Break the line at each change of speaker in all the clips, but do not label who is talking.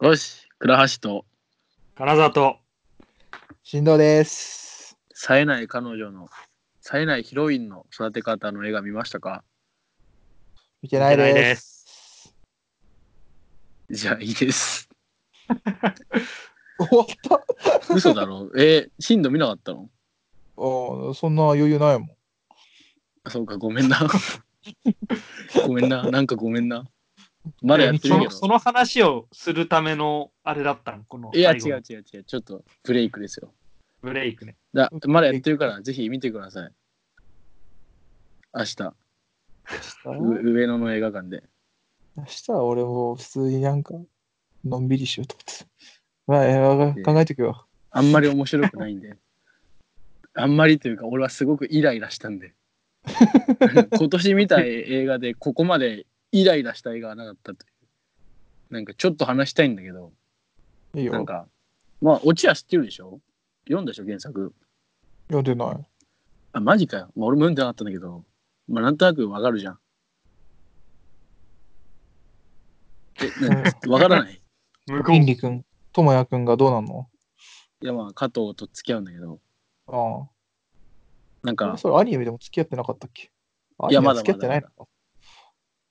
よし、倉橋と
金沢と
振動です。
冴えない彼女の冴えないヒロインの育て方の映画見ましたか
見てない
見てない
で。
です
じゃあいい です。
終わった
嘘だろえー、震度見なかったの
おそんな余裕ないもん。
あそうか、ごめん な。ごめんな、なんかごめんな。まだやってるけ
その
ど
そ。の話をするためのあれだったんこの
いや、違
最後の
う違う違う、ちょっとブレイクですよ。
ブレイクね
だまだやってるから、ぜひ見てください。明日、
明
う上野の映画館で。
日は俺も普通になんか、のんびりしようと思ってた。まあえー、考えとくよ。
あんまり面白くないんで。 あんまりというか、俺はすごくイライラした んで。今年見た映画で、ここまでイライラした映画はなかったという。なんかちょっと話したいんだけど、
いい
なん
よ。
か、まあ、オチは知ってるでしょ読んだでしょ、原作。
読んでない。
あ、マジかよ。まあ、俺も読んでなかったんだけど、まあ、なんとなくわかるじゃん。え、なにわからない
向こう
倫理くん、ともやくんがどうなんの
いや、まあ、加藤と付き合うんだけど、
あ
なん
あ。
か、
それアニメでも付き合ってなかったっけ
いや
アニメは
まだまだ
付き合ってないのか。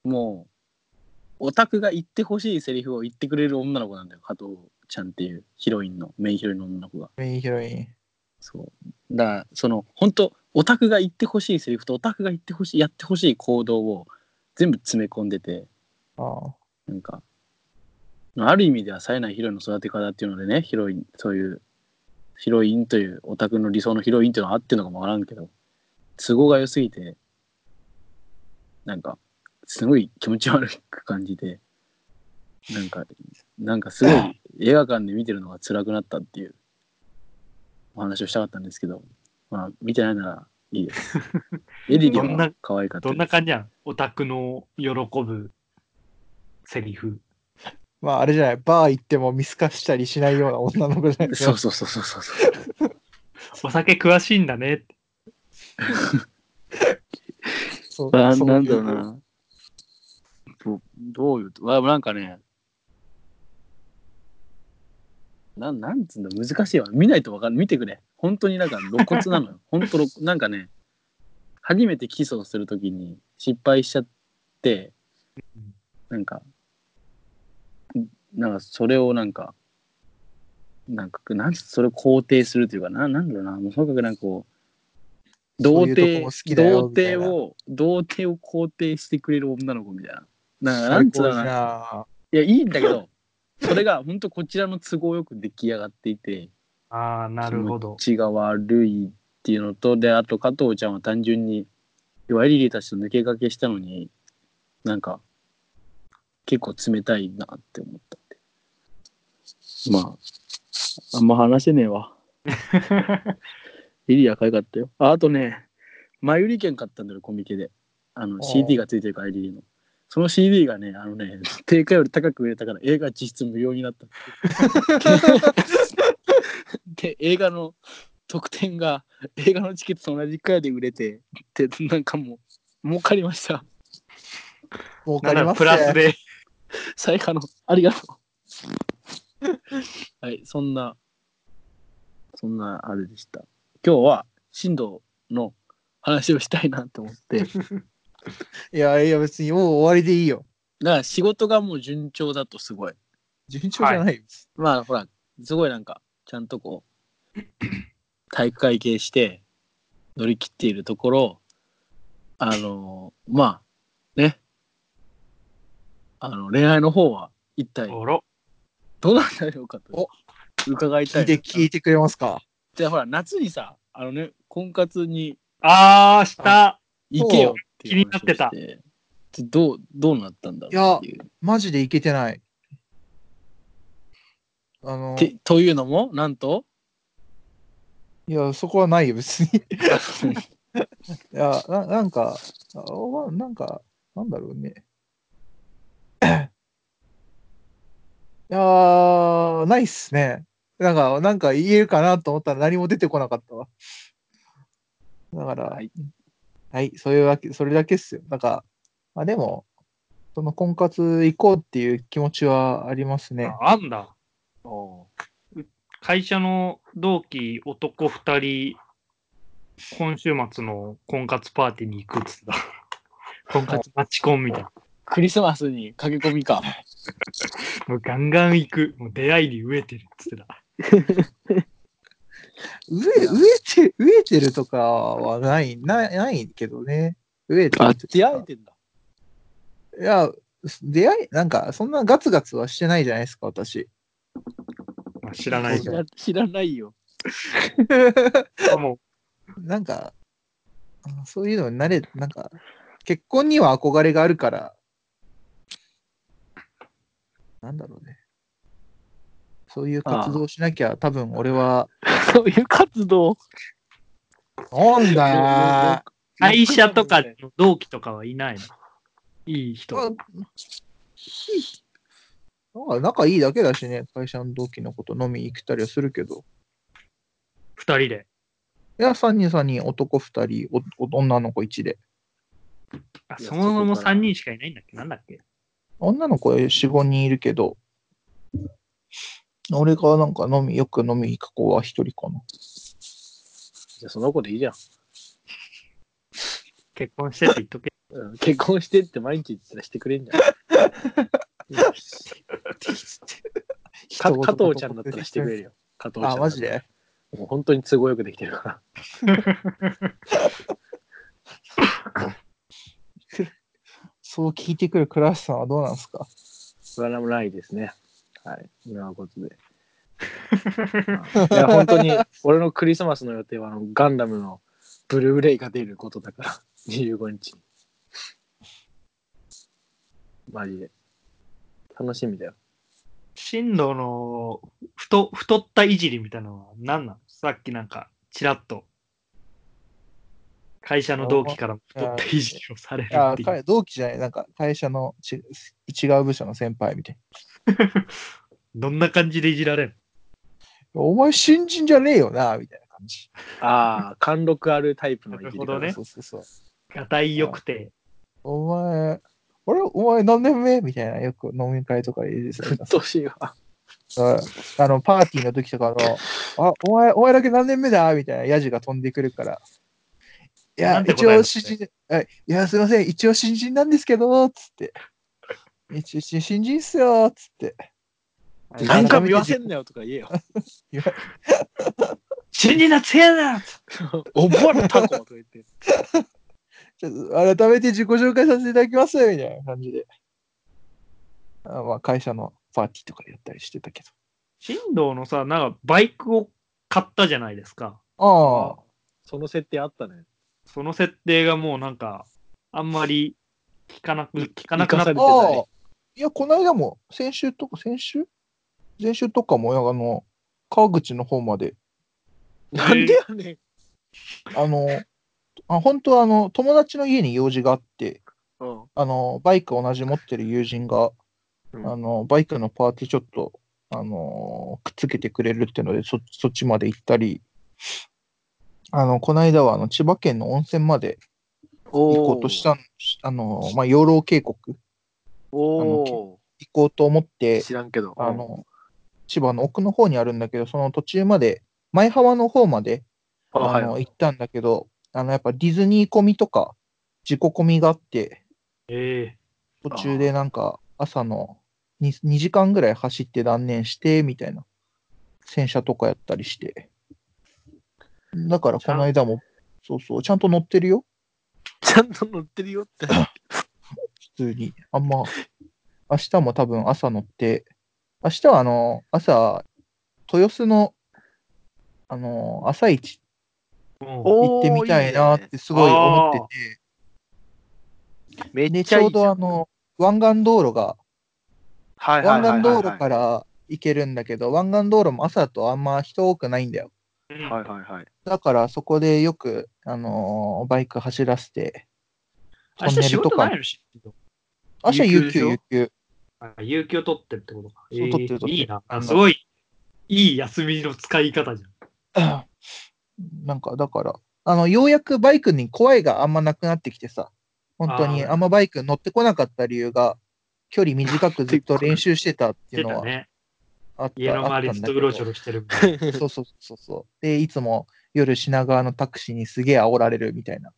もう、オタクが言ってほしいセリフを言ってくれる女の子なんだよ、加藤ちゃんっていうヒロインの、メインヒロインの女の子が。
メインヒロイン。
そう。だから、その、本当オタクが言ってほしいセリフと、オタクが言ってほしい、やってほしい行動を全部詰め込んでて、
ああ。
なんか、ある意味では冴えないヒロインの育て方っていうのでね、ヒロイン、そういう、ヒロインという、オタクの理想のヒロインっていうのはあってんのかもわからんけど、都合が良すぎて、なんか、すごい気持ち悪く感じて、なんか、なんかすごい映画館で見てるのが辛くなったっていうお話をしたかったんですけど、まあ、見てないならいい です。エディリ
ど
オ
ん
は
な
可愛かった
どんな
です。
感じやんオタクの喜ぶセリフ
まああれじゃない、バー行っても見透かしたりしないような女の子じゃないです
そう
か。
そうそうそうそうそう。
お酒詳しいんだねって
そう
あ
そう
なんだろう
いう
な。どどういうと、わなんかね、なんなんつうんだ、難しいわ。見ないとわかんない。見てくれ。本当になんか露骨なの よ。本当露骨、なんかね、初めてキスをするときに失敗しちゃって、なんか、んなんかそれをなんか、なんか、なんつそれを肯定するというか、ななんだろうな、もうとにかくなんかこう、
そう
童
いうとこ
貞
も好きだよ
童
みたい
貞
な
を、童貞を肯定してくれる女の子みたいな。なんかな
最
んつう
高
の
じ
かな。
ゃん。
いや、いいんだけど、それが本当こちらの都合よく出来上がっていて、
ああなるほど
気持ちが悪いっていうのと、で、あと加藤ちゃんは単純に、いわゆるリリーたちと抜け駆けしたのに、なんか、結構冷たいなって思ったって。まあ、あんま話せねえわ。リリーは可愛かったよ。ああとね、前売り券買ったんだよ、コミケで。あの、
おう
CD がついてるから、リリーの。その CD がね、あのね、定価より高く売れたから映画実質無料になったっていう。で、映画の特典が映画のチケットと同じくらいで売れて、で、なんかもう、儲かりました。
儲
な
か
んだ
り
ろ
ま
う
す
プラス
ね。
で
最下の、ありがとう。はい、そんな、そんなあれでした。今日は、進藤の話をしたいなと思って、だか
いやいや別にもう終わりでいいよ。
ら仕事がもう順調だとすごい。
順調じゃないよ。
まあ、ほら、すごいなんか、ちゃんとこう、体育会系して、乗り切っているところ、あのまあ、ね、あの、恋愛の方は、一体、
おろ
どうなんだろうかと
お、
伺いた
聞
い
いて聞いてくれますか
じゃあほら、夏にさ、あのね、婚活に
ああした
行けよっていう話をして
気になってた
ちょどう、どうなったんだろうっていう。
マジでいけてない。あの、
て
い
というのも、なん と、
や、そこはないよ、別に。いや、ななんかあおなんか、なんだろうね。いやー、ないっすね。なんか、なんか言えるかなと思ったら何も出てこなかったわ。だから、
はい
はい、そういうわけ、それだけっすよ。なんか、まあでも、その婚活行こうっていう気持ちはありますね。
ああんだ。
お
会社の同期男二人、今週末の婚活パーティーに行くっつってた。婚活マッチコンみたいな。
クリスマスに駆け込みか。
もうガンガン行く。もう出会いに飢えてるっつってた。
植
い
え、
や
植えて、植えてるとかはない、ない、ないけどね。植えてるってい
出
うか
会えてんだ。
いや、出会い、なんか、そんなガツガツはしてないじゃないですか、私。
まあ、知らない
知
け
ら知らないよ。
ど。も
なんか、あそういうのに慣れ、なんか、結婚には憧れがあるから、なんだろうね。そういう活動をしなきゃ、多分俺は、
そういう活動。
なんだよ
う会社とかの同期とかはいないの。いい人。
まあ仲いいだけだしね、会社の同期のこと飲み行ったりはするけど。
二人で。
いや、3人3人、男2人、おお女の子1で。
あ、
いや
そもそも
そこから
三人しかいないんだっけなんだっけ
女の子は4、5人いるけど、俺がなんか飲み、よく飲み行く子は1人かな。
じゃあその子でいいじゃん。
結婚してって言っとけ。
うん結婚してって毎日言ってたらしてくれ んじゃん。か加藤ちゃんだったらしてくれるよ。加藤ちゃんだった
あ、
ら。
マジで
もう本当に都合よくできてるから。
そう聞いてくる倉橋さんはどうなんですか
それはないですね。はい。今のこと で。いや、本当に、俺のクリスマスの予定は、あの、ガンダムのブルーレイが出ることだから、25日に。マジで。楽しみだよ。
進路の太太ったいじりみたいなのは何なのさっきなんかちらっと会社の同期からも太ったいじりをされる
いや
っていう
彼同期じゃない、なんか会社のち違う部署の先輩みたいな。
どんな感じでいじられる
お前新人じゃねえよな、みたいな感じ。
ああ、貫禄あるタイプのいじり
なるほど
方
ね
そうそうそう。
のがたいよくて
お前、あれお前何年目みたいな、よく飲み会とかでさ、
うっとうしいわ。
うんあの、パーティーの時とかの、あ、お前、お前だけ何年目だみたいなヤジが飛んでくるから。い
な
や、
んて答え
一
るの
応新人、はいいや、すいません、一応新人なんですけど、つって。一応新人っすよ、つって。
なんか見ませんなよとか 言えよ。
新人だせやな
覚わるタコとか言って。
ちょっと改めて自己紹介させていただきます、みたいな感じで。あまあ、会社のパーティーとかでやったりしてたけ
進藤のさなんかバイクを買ったじゃないですか
ど。ああ、
その設定あったね。
その設定がもうなんかあんまり聞かなく聞かなくなっ
生
て
かされてない
ああいや、この間も、先週とか、先週前週とかも、あの、川口の方まで、
なんでやねん。
あの、あ本当はあの、友達の家に用事があって、
うん。
あの、バイク同じ持ってる友人が、
うん
あの、バイクのパーティーちょっと、あの、くっつけてくれるっていうので、そそっちまで行ったり、あの、この間は、あの、千葉県の温泉まで行こうとしたん、あの、まあ、養老渓谷行
お
こうと思って
ー。、知らんけど。
あの、千葉の奥の方にあるんだけど、その途中まで、前浜の方まで、
あ、
あ
はい
の、
はい。
行ったんだけど、あの、やっぱディズニー込みとか、自己込みがあって、
え
途中でなんか、朝の 2, 2時間ぐらい走って断念して、みたいな、洗車とかやったりして。だから、この間も、そうそう、ちゃんと乗ってるよ、
ちゃんと乗ってるよって。
普通に。あんま、明日も多分朝乗って、明日はあの、朝、豊洲の、あの、朝市
えうん
行ってみたいな
おー
っ
いいね
てすごい思ってて、
めっ
で、
ち
ち
ゃい
ょ
いうじゃん
どあ、の、湾岸道路が、
はいはいはいはい
湾岸道
は
路
い
から行けるんだけど、湾岸道路も朝だとあんま人多くないんだよ。
うん
はいはいはい。
だからそこでよく、あのーバイク走らせて、
明日仕事ないのし
明日
有
有
給で
給、
し
有給。
あ、有給取ってるってことか。
そう取ってる取って
い
る
いな。
あ
あ
の
すごい、いい休みの使い方じゃん。
なんかだから、あの、ようやくバイクに怖いがあんまなくなってきてさ、本当に
あー
あんまバイク乗ってこなかった理由が、距離短くずっと練習してたっていう
出
の
た
は
ね。
あった,、
家の
あっ
周
た
りずっ
ん
と
だけ
う
ど
ろちょろしてるみたいな。
そうそうそうそう。で、いつも夜品川のタクシーにすげえ煽られるみたいな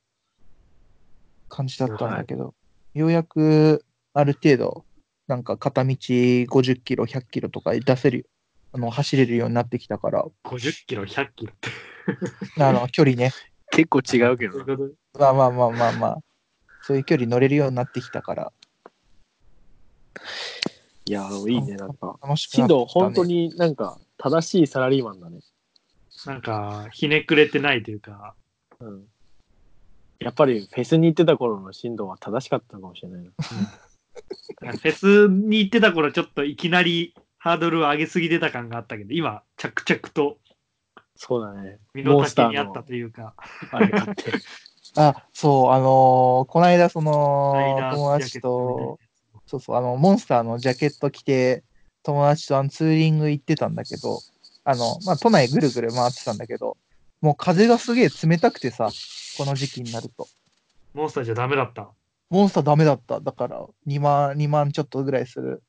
感じだったんだけど、ようやくある程度、なんか片道50キロ、100キロとか出せる、あの走れるようになってきたから、
50キロ、100キロ って。
あの距離ね、
結構違うけど
そうい
な
う。こと
まあまあまあまあまあ、そういう距離乗れるようになってきたから、
いやー、いいね、なんか。
楽しく
進
なってきた、ね。
藤、本当になんか、正しいサラリーマンだね。
なんか、ひねくれてないというか、
うん。やっぱり、フェスに行ってた頃の進藤は正しかったのかもしれないな。
フェスに行ってた頃、ちょっといきなりハードルを上げすぎてた感があったけど、今、着々と
そうだね。
身の
モンスタ
丈にあ
ー
った
の
というか、
あれ買って。
あ、そう、あのーこの間、そ
ライ
の、
ダー
友
スジャケ
達
ットみたいな
と、そうそう、あの、モンスターのジャケット着て、友達とあのツーリング行ってたんだけど、あの、まあ、都内ぐるぐる回ってたんだけど、もう風がすげえ冷たくてさ、この時期になると。
モンスターじゃダメだった。
モンスターダメだった。だから、2万、2万ちょっとぐらいする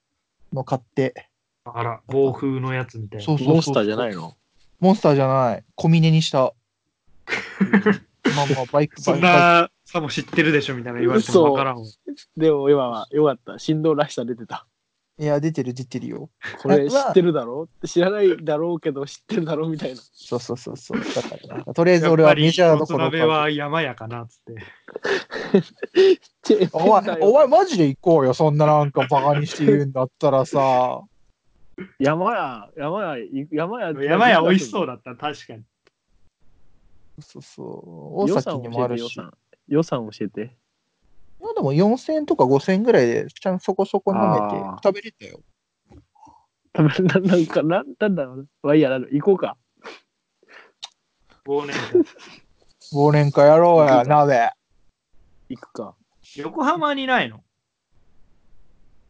の買って。
あら、暴風のやつみたいな。
そうそうそ
モンス
うそう
ターじゃないの
モンスターじゃない。小峰 にした。まあまあ、バイク、
そ
バイ
ん
ク、バイ
なさも知ってるでしょみたいな言われてもわからんわ。
でも今は、よかった。振動らしさ出てた。
ク。いや、出てる出てるよ。
これ
あ
知ってるだろう知らないだろうけど知ってるだろうみたいな。
そうそうそうそう。だから、とりあえず
やっ
俺
ぱ
はメ
り、
ジャー
も
ど
つ
ころ
鍋は山やかなっつって。
チェーン
お
だ
前、
よ
お前マジで行こうよ。そんななんかバカにして言うんだったらさ。
山屋、山屋、い山 屋。
山や美味しそう
だ。
だった、確かに。
そうそう。
予
大
算
崎に
教
もあ
えて、
る
予
し。いや
算。予算教えて。
でも4000円とか5000円ぐらいで、ちゃんとそこそこ飲めて
あー
食べれたよ。
多分ななんか、なんなんだろうな。まあいいや、なんだ行こうか。
忘年会。
忘年会やろうや、鍋。
行くか。
横浜にないの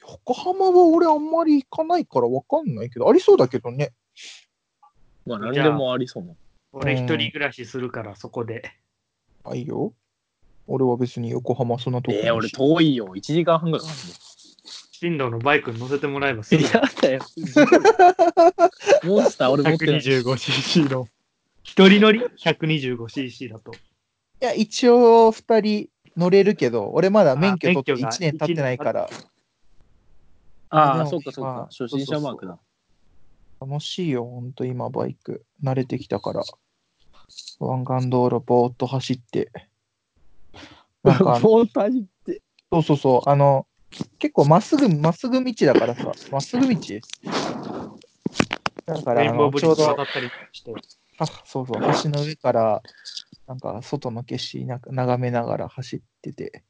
横浜は俺あんまり行かないからわかんないけど、ありそうだけどね。
まあ、何
じゃあ
でもありそうな。
俺一人暮らしするから、そこで。
あ、いいよ。俺は別に横浜そんなとこ
えー、
ない
俺
し
遠いよ。1時間半ぐらいかか
進藤のバイクに乗せてもらえばす
る
ぐ
よ。。やだよ。 モンスター俺持ってない。
125cc の。一人乗り 125cc だと。
いや、一応2人乗れるけど、俺まだ免許
あ
取って
免許が
1年経ってないから、
あ
で
あ、
も
そうかそう
まあ
か。初心者マークだ。
楽しいよ、ほんと今バイク。慣れてきたから。湾岸道路ぼーっと走って。な んか あの、
ボート走って。
そうそうそう、あの、結構まっすぐ、まっすぐ道だからさ、まっすぐ道。だから、
レイ
あ
ンボー
の
ブ
ち
リッ
ょう
ジ
ど
渡、ったりして。
あそうそう、橋の上から、なんか外の景色なんか眺めながら走ってて。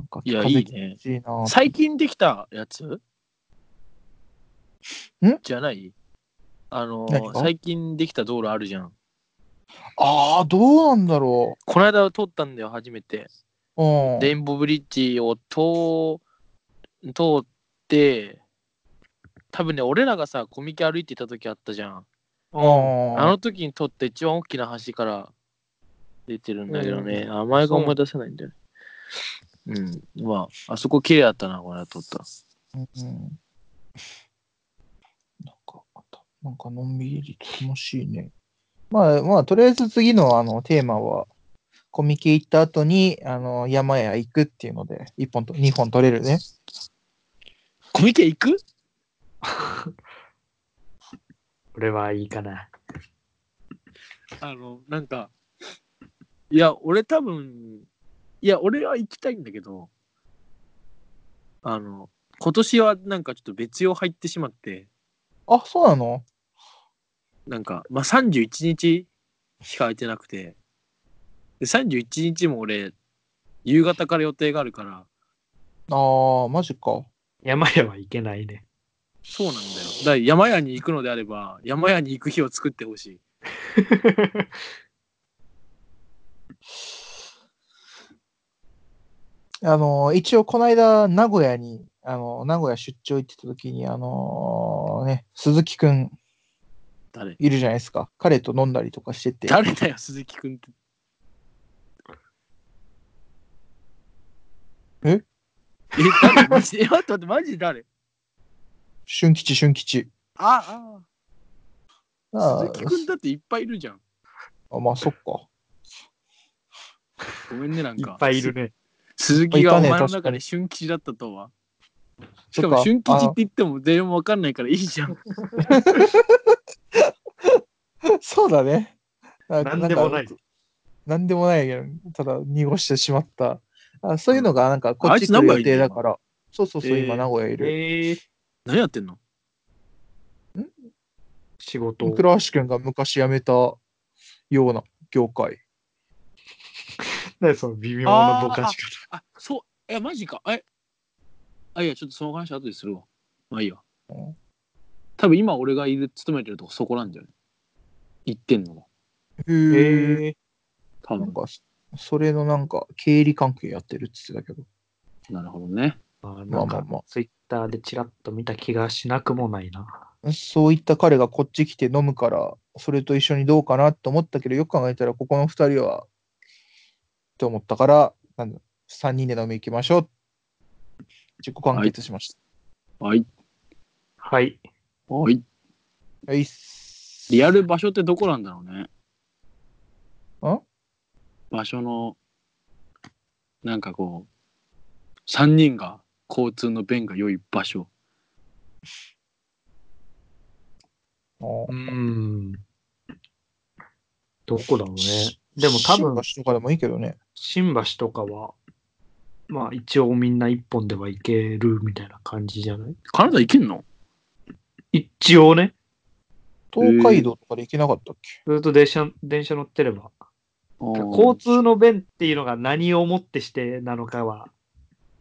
なんか
いや
風
いい
気
ね
持ちいいなぁ
最近できたやつんじゃないあのー
何が
最近できた道路あるじゃん。
ああ、どうなんだろ
この間通ったんだよ、初めて。
う。うん。
レインボーブリッジを通通って、多分ね、俺らがさ、コミケ歩いていた時あったじゃん。
うん、
あの時に撮った一番大きな橋から出てるんだけどね、名前が思い出せないんだよね。うん、まあ、あそこ綺麗だったな、これ撮った。
うんうんなんか、あとなんかのんびり楽しいね。まあまあ、とりあえず次のあのテーマは、コミケ行った後にあの山へ行くっていうので、一本と2本取れるね。
コミケ行く
俺はいいかな。
あの、なんか、いや、俺多分、いや、俺は行きたいんだけど、あの、今年はなんかちょっと別用入ってしまって、
あ、そうなの
なんか、まあ、31日しか空いてなくて、で31日も俺、夕方から予定があるから、
ああ、マジか。
山屋はいけないね。
そうなんだよ。だから山屋に行くのであれば、山屋に行く日を作ってほしい。
あの、一応この間、名古屋に、あの、名古屋出張行ってた時に、あのね、鈴木くん
誰
いるじゃないですか。彼と飲んだりとかしてて。
誰だよ、鈴木くんって。え、誰マジで、え 待って待って、マジで誰
春吉、春吉。
ああ、
あ
鈴木くんだっていっぱいいるじゃん。
あ、まあ、そっか。
ごめんね、なん
い
か。
っぱいいる。ね。
鈴木がお
いたね
前の
確
中で春吉だったとは。し
そ
か
っか
も春吉
あ
って言っても全員わかんないからいいじゃん。
そうだね。な
なんでもない。。
なんでもないけど、ただ濁してしまった。あそういうのが、なんか、こ
あ
っ
い
ち
つ名
来る
古屋いる
予定
の
だから。そうそうそう、
えー
今、名古屋いる。
ええ
何やってんの
仕事を。
倉橋君が昔辞めたような業界。
ねその微妙なぼかし方。
あ、そう、え、マジか。え、あ、いや、ちょっとその話後でするわ。まあいいや
うん。
多分今俺がいる、勤めてるとこそこなんじゃない行ってんのが。
へ
え
ー
え
多
なん
分。
か、それのなんか、経理関係やってるって言ってたけど。
なるほどね。
あな
まあ
ん
まあ
か
ま
ツイッターでちらっと見た気がしなくもないな。
あ。そういった彼がこっち来て飲むから、それと一緒にどうかなと思ったけど、よく考えたら、ここの二人は、って思ったから、なんだ三人で飲み行きましょう。自己完結しました。
はい。
はい。
はい。
はいっす、
リアル場所ってどこなんだろうね。
ん
場所の、なんかこう、3人が交通の便が良い場所。
あー
うーん。どこだろうね。でも多分、
新橋とかでもいいけどね。
新橋とかは、まあ一応みんな一本では行けるみたいな感じじゃない
カナダ行けんの
一応ね、
東海道とかで行けなかったっけ、
ずっと電車電車乗ってれば。
交
交通の便っていうのが何をもってしてなのかは、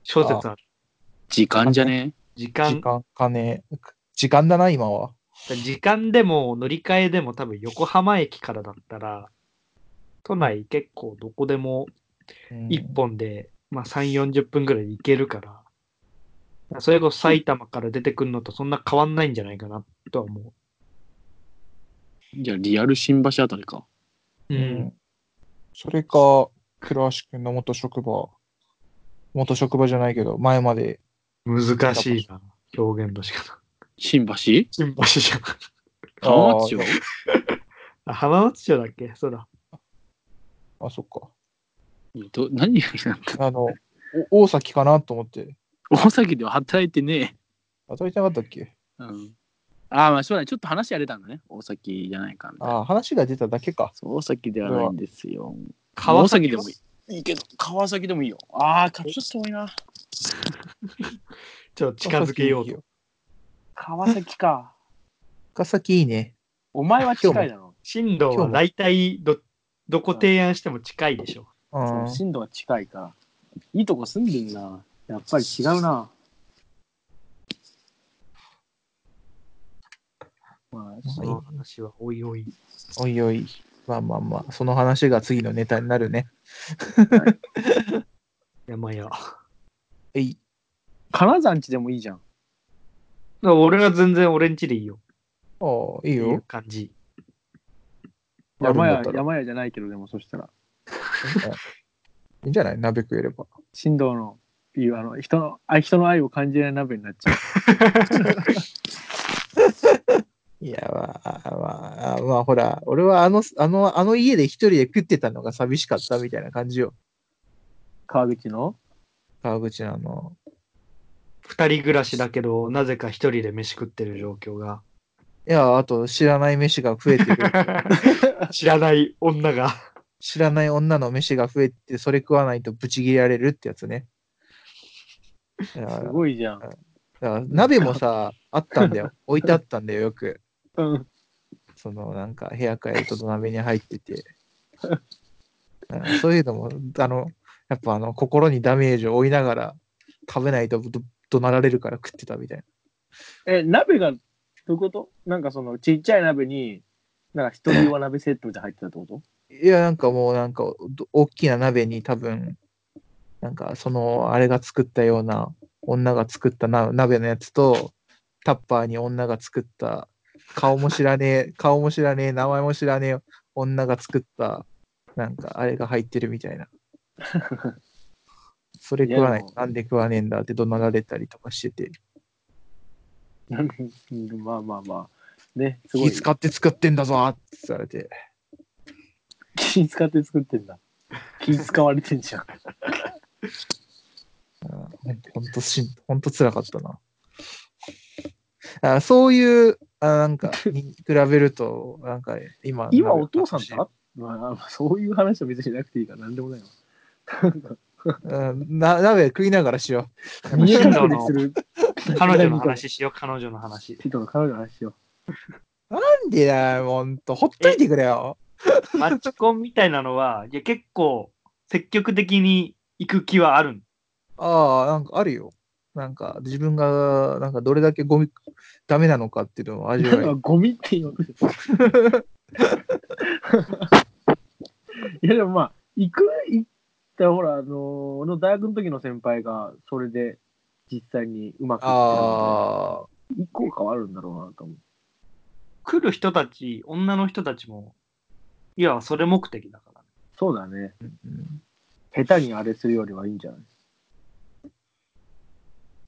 小説ある。
時間じゃね
時間
時間、金、時間だな、今は。
時間でも乗り換えでも多分横浜駅からだったら、都内結構どこでも
うん
1本で、まあ3、40分ぐらいで行けるから、それこそ埼玉から出てくるのとそんな変わんないんじゃないかなとは思
じゃあリアル新橋あたりか。
う。
うんそれか、倉橋君の元職場、元職場じゃないけど、前まで、
難しいな、表現の仕方。
新橋
新橋じゃん。
浜松町
あー
あ、浜松町だっけそうだ。
あ、そっか。
ど何がなんだ
あの、お大崎かなと思って、
大崎では働いてね
働いてなかったっけ
え。うん。ああ、まあそうだね。ちょっと話やれたんだね。大崎じゃないかみたいな
あー話が出ただけか。
そう大崎ではないんですよ。
川崎
大崎でもいい。いいけど、川崎でもいいよ。ああ、ちょっと遠いな。
ちょっと近づけようと。
と。
川崎か。
高崎いいね。
お前は近いだろ。
進路は大体ど、どこ提案しても近いでしょ。
う
そ
ん
う、震度が近いから。いいとこ住んでんな。やっぱり違うな。まあ、
その話はおいおい。
おいおい。まあまあまあ、その話が次のネタになるね。
山や。
えい。
金山地でもいいじゃん。
だから俺は全然俺んちでいいよ。
ああ、いい
いい
よ。
感じ。
やるん
山
だっ
屋
た、ら。
山屋じゃないけど、でもそしたら。
いいんじゃない鍋食えれば。
振動の、いう、あの、人の、あ人の愛を感じない鍋になっちゃう。
いや、まあ、まあ、まあ、ほら、俺はあの、あの、あの家で一人で食ってたのが寂しかったみたいな感じよ。
川口の。
川口のあの、
二人暮らしだけど、なぜか一人で飯食ってる状況が。
いや、あと知らない飯が増えて る。
知らない女 が。
知らない女の飯が増えて、それ食わないとブチ切れられるってやつね。いや
すごいじゃん。
だから鍋もさ、あったんだよ。 置いてあったんだよ、よく。
うん。
その、なんか、部屋帰ると土鍋に入ってて。うんそういうのも、あの、やっぱあの、心にダメージを負いながら、食べないとど怒鳴られるから食ってたみたいな。
え、鍋が、どういうことなんかその、ちっちゃい鍋に、なんか一人用鍋セットみたいなの入ってたってこと
いや、なんかもう、なんか、ど大きな鍋に多分、なんか、その、あれが作ったような、女が作ったな鍋のやつと、タッパーに女が作った、顔も知らねえ、 顔も知らねえ、名前も知らねえ、 女が作った、なんか、あれが入ってるみたいな。それ食わない
いやでも
なんで食わねえんだって怒鳴られたりとかしてて、
うんまあまあまあ。ね、すごい。
気使って作ってんだぞって言われて、
気使って作ってんだ。気使われてんじゃん。
ほんとしん、ほんと辛かったな。あそういう、あなんか、に比べると、なんか、今、
今お父さん
だ
だ、まあ、そういう話は別になくていいから、なんでもないわ。なんか
うん、な鍋食いながらしよ
見え隠れする
彼女の話しよう、彼女の話。
人の彼女の話を。
う。なんでだよ、ほんと、ほっといてくれよ。
マッチコンみたいなのは、いや、結構、積極的に行く気はあるん。
ああ、なんかあるよ。なんか、自分が、なんか、どれだけゴミ、ダメなのかっていうのを味わ
なんか
い。
ゴミって言われてる。 いやでもまあ、行く、行ったほら、あのーの大学の時の先輩が、それで実際にうまくいっ
ああ、
てるので、行こうかはあるんだろうなと思う。
来る人たち、女の人たちも、いや、それ目的だから、
そうだね。
うん
下手にあれするよりはいいんじゃない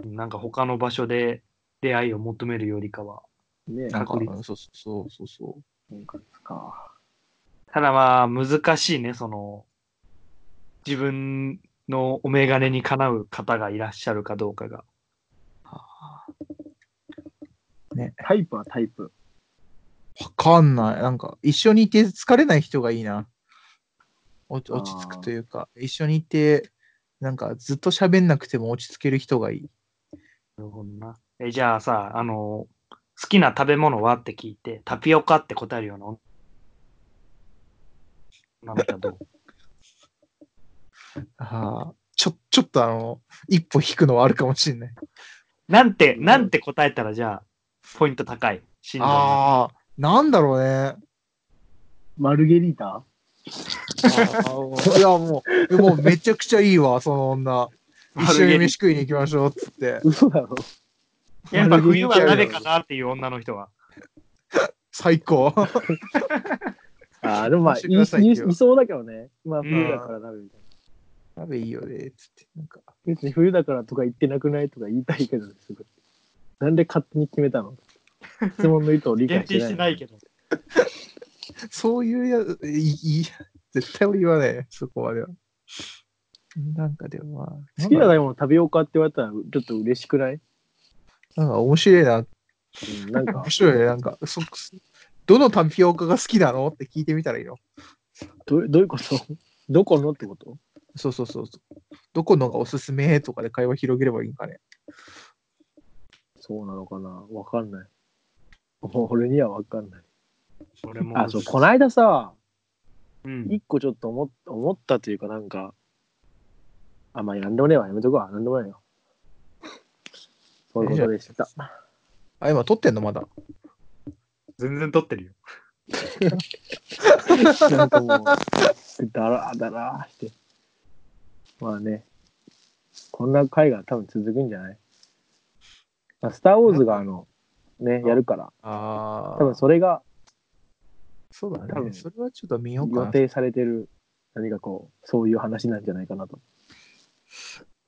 なんか他の場所で出会いを求めるよりかは。
ね
なんか、
確率
うんそうそうそうそう。
婚活か。
ただまあ、難しいね、その、自分のお眼鏡にかなう方がいらっしゃるかどうかが。
タイプはタイプ。
わかんない。なんか、一緒にいて疲れない人がいいな。落ち
あー
落ち着くというか、一緒にいて、なんか、ずっと喋んなくても落ち着ける人がいい。
なるほどな。え、じゃあさ、あの、好きな食べ物はって聞いて、タピオカって答えるような。なんかどう
ああ、ちょ、ちょっとあの、一歩引くのはあるかもしれない。
なんて、なんて答えたらじゃあ、ポイント高い。心臓の
ああ、なんだろうね。
マルゲリータ
いや、もう、もうめちゃくちゃいいわ、 その女。一緒に飯食いに行きましょうっつって。
嘘だろ。
やっぱ冬は鍋かなっていう女の人は。
最高。
ああ、でもまあ、い
貸してくださいって
い
よ
いそうだけどね。まあ、
うん
冬だからなるみたいな。
鍋いいよね、つって。なんか、
別に冬だからとか言ってなくないとか言いたいけど、すごい。なんで勝手に決めたの質問の意図を理解して
限定
ない。
してないけど。
そういうやつ、いい、絶対俺言わないよ、そこまでは。なんかでもまあ、
好きな
なん
食べ物食
か
べようかって言われたら、ちょっと嬉しくない、
なんか面白いな、
うん、なん か
面、白いね、なんか、そどのタピオカが好きなのって聞いてみたらいいよ。
どうどういうことどこのってこと
そうそうそうそう。どこのがおすすめとかで会話広げればいいんかね。
そうなのかなわかんない。もう俺にはわかんない。
俺も。
あ、そう、こないださ、
うん。
一個ちょっと思っ思ったというかなんか、あ、まあ、なんでもねえわ。やめとくわ。なんでもないよ。そういうことでした。
あ、今撮ってんのまだ。
全然撮ってるよ。
なんかもう、だらだらーして。まあね、こんな回が多分続くんじゃない、まあ、スター・ウォーズがあの、ね、
あ
やるから、
ああ。
多分それが
そうだ
多
ね。
分
それはちょっと見よう
予
かな。
定されてる、何かこう、そういう話なんじゃないかなと。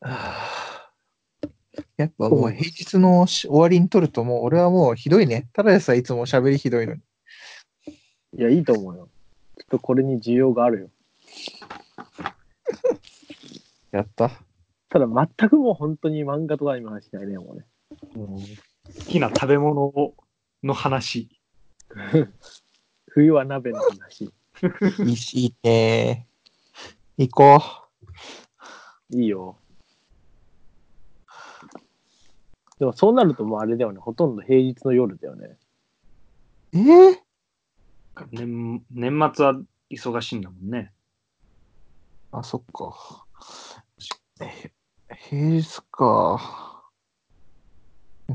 あー やっぱもう平日のし終わりに撮るともう俺はもうひどいね。ただでさえいつも喋りひどいのに。
いや、いいと思うよ。ちょっとこれに需要があるよ。
やった。
ただ、全くもう本当に漫画とか今話しないね、もうね。
好きな食べ物をの話。
冬は鍋の話。
いいしいいね。行こ
いいよ。でもそうなるともうあれだよね、ほとんど平日の夜だよね。
う。えー、
年年末は忙しいんだもんね。
あ、そっか。へ平日か。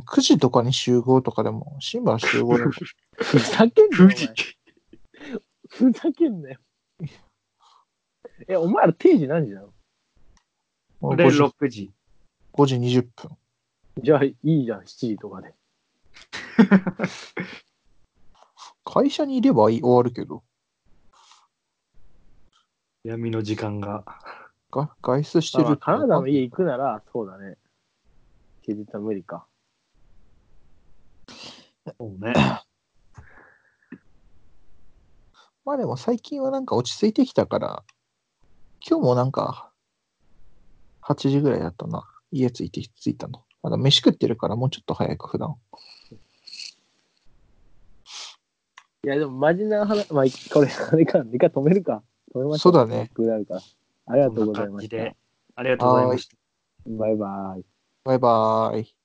9時とかに集合とかでも、新橋集合で も
ふざけん なよ、お前。ふざけんなよ。え、お前ら定時何時なの
もう
俺
5時
6時。
5時20分。
じゃあいいじゃん、7時とかで。
会社にいればいい終わるけど。
闇の時間が。
が外出して
まあまあ
る。
カナダの家行くなら、そうだね。休日は無理か。
そうね。
まあでも最近はなんか落ち着いてきたから、今日もなんか、8時ぐらいだったな。家着いて、着いたの。まだ飯食ってるからもうちょっと早く普段。
いや、でも、マジな話、まあ、これ、あれか、ネカ止めるか。止めましょ
そうだね。
くなるから。ありがとう
そん
ご
な
ざい
感
ま
じ
した
で。。ありがとうございました。
バイバイ。
バイバーイ。